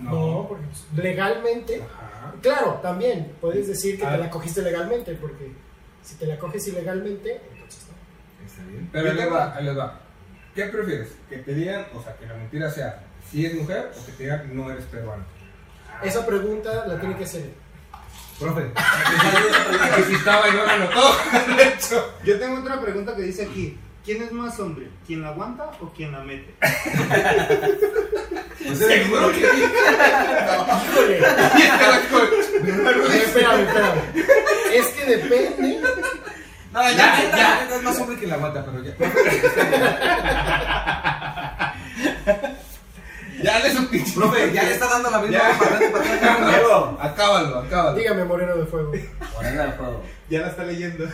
[SPEAKER 2] No.
[SPEAKER 4] No, porque pues, legalmente.
[SPEAKER 5] Ajá.
[SPEAKER 4] Claro, también puedes decir que
[SPEAKER 3] A
[SPEAKER 4] te
[SPEAKER 3] ver.
[SPEAKER 4] la cogiste legalmente, porque si te la coges ilegalmente, entonces no.
[SPEAKER 3] Está bien.
[SPEAKER 5] Pero
[SPEAKER 2] Yo
[SPEAKER 5] ahí les
[SPEAKER 2] tengo-
[SPEAKER 5] va, ahí les va. ¿Qué prefieres? Que te digan, o sea, que la mentira sea si es mujer o que te digan no eres peruano.
[SPEAKER 4] Esa pregunta la tiene que hacer.
[SPEAKER 3] Profe,
[SPEAKER 5] que si estaba y no la notó. De hecho.
[SPEAKER 2] Yo tengo otra pregunta que dice aquí. ¿Quién es más hombre? ¿Quién la aguanta o quién la mete?
[SPEAKER 5] Pues Seguro que sí.
[SPEAKER 4] Híjole. espérame, espérame. Es que depende.
[SPEAKER 3] No, ya, ya, ya, es más hombre que la aguanta, pero ya.
[SPEAKER 5] Ya le su pinche.
[SPEAKER 3] Profe, ya le está dando la misma para adelante, para atrás, para atrás.
[SPEAKER 5] Acábalo, acábalo.
[SPEAKER 4] Dígame, Moreno de Fuego.
[SPEAKER 1] Morena al juego.
[SPEAKER 2] Ya la está leyendo.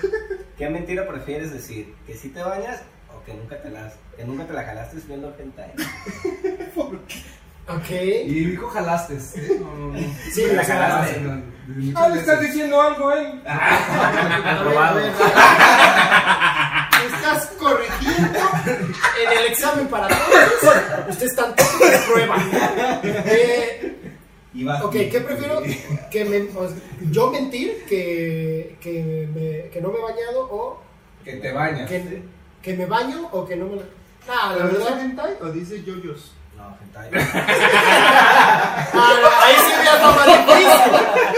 [SPEAKER 1] ¿Qué mentira prefieres decir? ¿Que sí te bañas o que nunca te la, que nunca te la jalaste viendo hentai?
[SPEAKER 4] Ok.
[SPEAKER 3] Y dijo jalaste. ¿eh? No, no, no.
[SPEAKER 4] Sí, la
[SPEAKER 3] Ah,
[SPEAKER 4] jalaste.
[SPEAKER 3] no, muchas
[SPEAKER 5] Ah, le estás
[SPEAKER 3] veces.
[SPEAKER 5] diciendo algo, eh. él.
[SPEAKER 4] A ver, a
[SPEAKER 1] Aprobado.
[SPEAKER 4] ver, a ver. Estás corrigiendo en el examen para todos. Ustedes están todos de prueba. Eh,
[SPEAKER 3] Y vas.
[SPEAKER 4] ok, ¿qué prefiero? Que me- o sea, yo mentir que, que, me- que no me he bañado o
[SPEAKER 5] Que te bañas.
[SPEAKER 4] que, que me baño o que no me... Nah, la
[SPEAKER 2] ¿Pero dice
[SPEAKER 4] verdad...
[SPEAKER 2] hentai o dice yoyos?
[SPEAKER 1] No, hentai.
[SPEAKER 4] Ah, no, ahí se hubiera estado más difícil.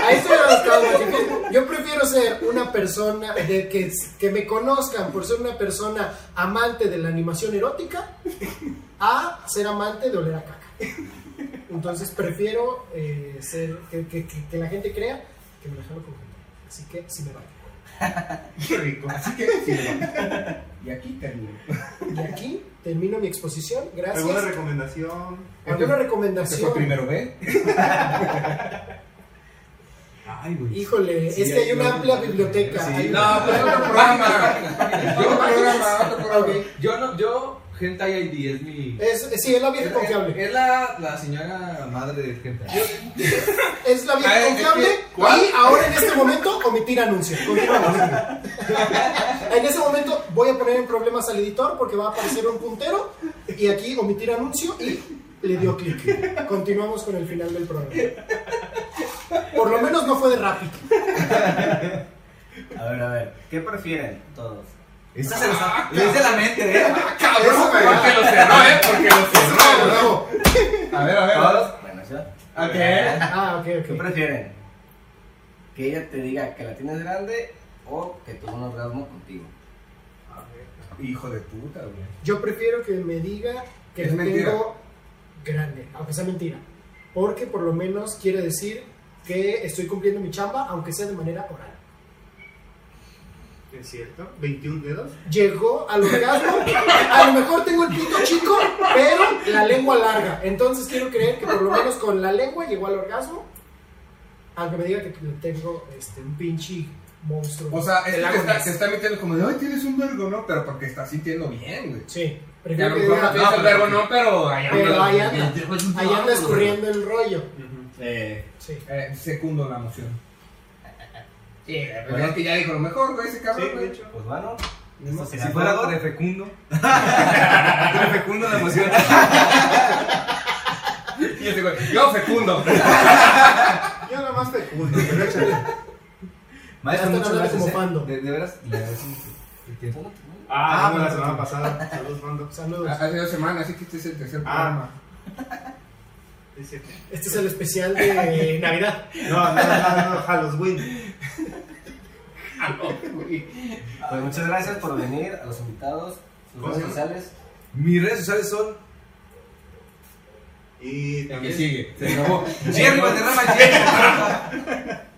[SPEAKER 4] Ahí se hubiera estado más difícil. Yo prefiero ser una persona de que, que me conozcan por ser una persona amante de la animación erótica a ser amante de oler a caca. Entonces prefiero eh, ser que, que- que- que la gente crea que me dejaron con gente. Así que sí me vale.
[SPEAKER 2] Qué rico.
[SPEAKER 5] Así que sí. Y aquí termino.
[SPEAKER 4] Y aquí termino mi exposición.
[SPEAKER 2] ¿Alguna
[SPEAKER 4] Gracias.
[SPEAKER 2] recomendación?
[SPEAKER 4] ¿Alguna
[SPEAKER 5] ¿Se fue
[SPEAKER 4] recomendación?
[SPEAKER 5] primero B?
[SPEAKER 3] Ay, güey.
[SPEAKER 4] Híjole,
[SPEAKER 3] Sí,
[SPEAKER 4] es que hay
[SPEAKER 3] hay
[SPEAKER 4] una
[SPEAKER 3] una-
[SPEAKER 4] amplia biblioteca.
[SPEAKER 3] Sí,
[SPEAKER 4] Hay una-
[SPEAKER 5] No, pues otro programa. Otro programa, otro programa.
[SPEAKER 3] Yo no, yo, Hentai ID es mi.
[SPEAKER 4] Es- sí, es la
[SPEAKER 3] Eh,
[SPEAKER 4] vieja confiable.
[SPEAKER 3] Es la, la señora madre de Hentai.
[SPEAKER 4] Es la
[SPEAKER 5] Ah,
[SPEAKER 4] vieja
[SPEAKER 5] es
[SPEAKER 4] confiable.
[SPEAKER 5] que- ¿cuál?
[SPEAKER 4] Y ahora en este momento omitir anuncio. Continuamos. en ese momento voy a poner en problemas al editor porque va a aparecer un puntero y aquí omitir anuncio y le dio clic. Continuamos con el final del programa. Por lo menos no fue de rápido.
[SPEAKER 1] A ver, a ver. ¿Qué prefieren todos?
[SPEAKER 3] Esta se la está. Es de la mente, ¿eh?
[SPEAKER 5] Cabrón, porque lo cerró, ¿eh? Porque lo cerró. A ver, a ver. a ver.
[SPEAKER 1] ¿Todos? Bueno, yo.
[SPEAKER 5] Ok.
[SPEAKER 4] Ah, ok,
[SPEAKER 1] ¿Qué
[SPEAKER 4] ok.
[SPEAKER 1] prefieren? ¿Que ella te diga que la tienes grande o que tuvo un orgasmo contigo?
[SPEAKER 5] Hijo de puta, güey.
[SPEAKER 4] Yo prefiero que me diga que
[SPEAKER 5] Es
[SPEAKER 4] lo
[SPEAKER 5] mentira.
[SPEAKER 4] tengo grande, aunque sea mentira. Porque por lo menos quiere decir que estoy cumpliendo mi chamba, aunque sea de manera oral.
[SPEAKER 2] ¿Es cierto? ¿21 dedos?
[SPEAKER 4] llegó al orgasmo. A lo mejor tengo el pito chico, pero la lengua larga. Entonces quiero creer que por lo menos con la lengua llegó al orgasmo. Aunque me diga que tengo este, un pinche monstruo.
[SPEAKER 5] O sea, es
[SPEAKER 4] el
[SPEAKER 5] que te está, te está metiendo como de, ay, tienes un vergo, ¿no? Pero porque estás sintiendo bien, güey.
[SPEAKER 4] Sí,
[SPEAKER 5] Que a lo
[SPEAKER 4] prefiero que
[SPEAKER 5] mejor no
[SPEAKER 4] diga,
[SPEAKER 5] tienes el vergo, no, pero ahí anda.
[SPEAKER 4] pero ahí anda. Ahí anda
[SPEAKER 5] anda
[SPEAKER 4] escurriendo el rollo.
[SPEAKER 5] Eh,
[SPEAKER 4] Sí.
[SPEAKER 5] eh, secundo la moción. Sí, la verdad es que ya dijo lo mejor, güey, ese
[SPEAKER 2] Sí,
[SPEAKER 5] cabrón,
[SPEAKER 2] de
[SPEAKER 5] güey.
[SPEAKER 2] hecho.
[SPEAKER 1] Pues bueno, eso
[SPEAKER 3] Si
[SPEAKER 1] será
[SPEAKER 3] fuera
[SPEAKER 1] todo.
[SPEAKER 3] Trefecundo. Trefecundo la emoción.
[SPEAKER 5] Y este güey, yo fecundo.
[SPEAKER 2] Yo nada más fecundo, pero échale.
[SPEAKER 3] Maestro,
[SPEAKER 4] Ya están
[SPEAKER 3] muchas
[SPEAKER 4] hablando
[SPEAKER 3] gracias.
[SPEAKER 4] como
[SPEAKER 3] ¿eh?
[SPEAKER 4] fando.
[SPEAKER 3] De, de veras, le agradezco mucho el tiempo.
[SPEAKER 2] Ah, no, la semana pasada. Saludos, mando.
[SPEAKER 4] Saludos.
[SPEAKER 5] Hace dos semanas, así que este es el tercer
[SPEAKER 2] Ah.
[SPEAKER 5] programa.
[SPEAKER 2] Es cierto.
[SPEAKER 4] Este es el especial de Navidad.
[SPEAKER 2] No, no, no, no, Halloween.
[SPEAKER 1] Pues muchas gracias por venir, a los invitados, sus
[SPEAKER 2] ¿Cómo
[SPEAKER 1] redes
[SPEAKER 2] se llama?
[SPEAKER 1] sociales.
[SPEAKER 3] Mis redes sociales son
[SPEAKER 2] Y
[SPEAKER 5] El que
[SPEAKER 2] también.
[SPEAKER 5] sigue. Se acabó.
[SPEAKER 3] Jerry Valderrama, Jerry.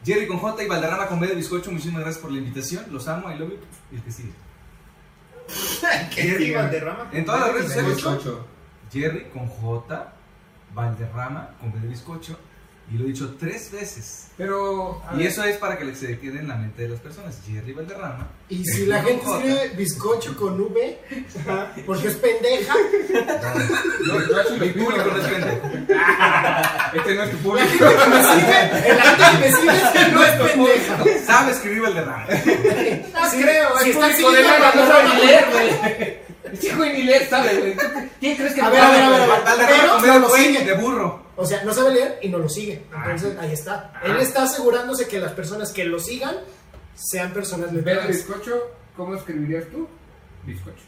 [SPEAKER 3] Jerry con J y Valderrama con B de bizcocho. Muchísimas gracias por la invitación. Los amo, I love you. Y el que sigue.
[SPEAKER 2] Jerry Valderrama.
[SPEAKER 3] En todas las redes
[SPEAKER 5] Tengo
[SPEAKER 3] sociales.
[SPEAKER 5] ocho.
[SPEAKER 3] Jerry con J, Valderrama con B de bizcocho, y lo he dicho tres veces.
[SPEAKER 5] Pero. a
[SPEAKER 3] Y
[SPEAKER 5] ver,
[SPEAKER 3] eso es para que se quede en la mente de las personas. Jerry Valderrama.
[SPEAKER 4] Y si la gente escribe bizcocho con V, porque es pendeja,
[SPEAKER 5] no, no es un
[SPEAKER 3] Mi público
[SPEAKER 5] público,
[SPEAKER 3] no es pendejo.
[SPEAKER 5] Este no es tu
[SPEAKER 4] la
[SPEAKER 5] público.
[SPEAKER 4] gente que me sigue, la gente que me sigue es que no es pendeja.
[SPEAKER 3] Sabe escribir Valderrama.
[SPEAKER 4] No creo,
[SPEAKER 6] Si
[SPEAKER 4] es
[SPEAKER 6] está
[SPEAKER 5] Este
[SPEAKER 4] pobrecito,
[SPEAKER 6] siguiendo la
[SPEAKER 4] no
[SPEAKER 6] palabra
[SPEAKER 4] sabe
[SPEAKER 6] ni leer, güey. Este güey ni leer sabe, güey. ¿Quién crees que
[SPEAKER 4] A ver, a ver, a ver, a ver.
[SPEAKER 3] Valderrama con B
[SPEAKER 4] Pero
[SPEAKER 3] de
[SPEAKER 4] no lo
[SPEAKER 3] buey,
[SPEAKER 4] sigue.
[SPEAKER 3] de burro.
[SPEAKER 4] O sea, no sabe leer y no lo sigue.
[SPEAKER 2] Ah.
[SPEAKER 4] Entonces, ahí está.
[SPEAKER 2] Ah.
[SPEAKER 4] Él está asegurándose que las personas que lo sigan sean personas
[SPEAKER 5] En vez de
[SPEAKER 4] letradas.
[SPEAKER 5] bizcocho, ¿cómo escribirías tú? Bizcocho.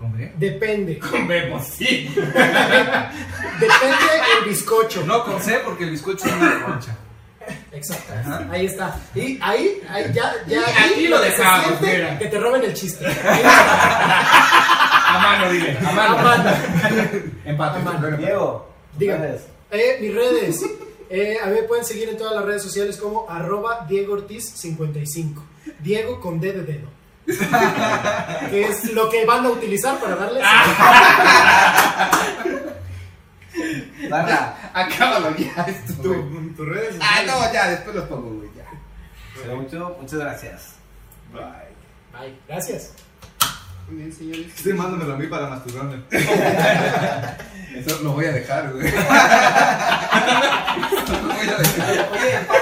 [SPEAKER 3] ¿Con B?
[SPEAKER 4] Depende.
[SPEAKER 5] Vemos, sí.
[SPEAKER 4] Depende el bizcocho.
[SPEAKER 3] No, con C porque el bizcocho es una concha.
[SPEAKER 4] Exacto.
[SPEAKER 3] Ajá.
[SPEAKER 4] Ahí está. Y ahí, ahí ya, ya.
[SPEAKER 5] Aquí
[SPEAKER 4] ahí
[SPEAKER 5] lo
[SPEAKER 4] que se
[SPEAKER 5] dejamos,
[SPEAKER 4] siente,
[SPEAKER 5] mira.
[SPEAKER 4] Que te roben el chiste.
[SPEAKER 5] A mano, dile. A mano.
[SPEAKER 4] Amanda.
[SPEAKER 5] Empate.
[SPEAKER 4] A mano.
[SPEAKER 1] Diego,
[SPEAKER 4] Dígame.
[SPEAKER 1] ¿cuál es?
[SPEAKER 4] Eh, mis redes. Eh, a mí me pueden seguir en todas las redes sociales como arroba Diego Ortiz 55. Diego con D de dedo. que es lo que van a utilizar para darles.
[SPEAKER 1] Barra,
[SPEAKER 5] Acábalo ya. Es tu- tu-
[SPEAKER 2] Tu- Tus redes
[SPEAKER 5] Ah,
[SPEAKER 2] sociales.
[SPEAKER 5] no, ya, después los pongo, güey. Ya.
[SPEAKER 1] será mucho, muchas gracias.
[SPEAKER 2] Bye.
[SPEAKER 4] Ay, gracias.
[SPEAKER 5] Muy bien, señores.
[SPEAKER 3] Estoy mándamelo a mí para masturbarme.
[SPEAKER 5] Eso lo voy a dejar, güey. Eso lo voy a dejar.
[SPEAKER 1] Oye,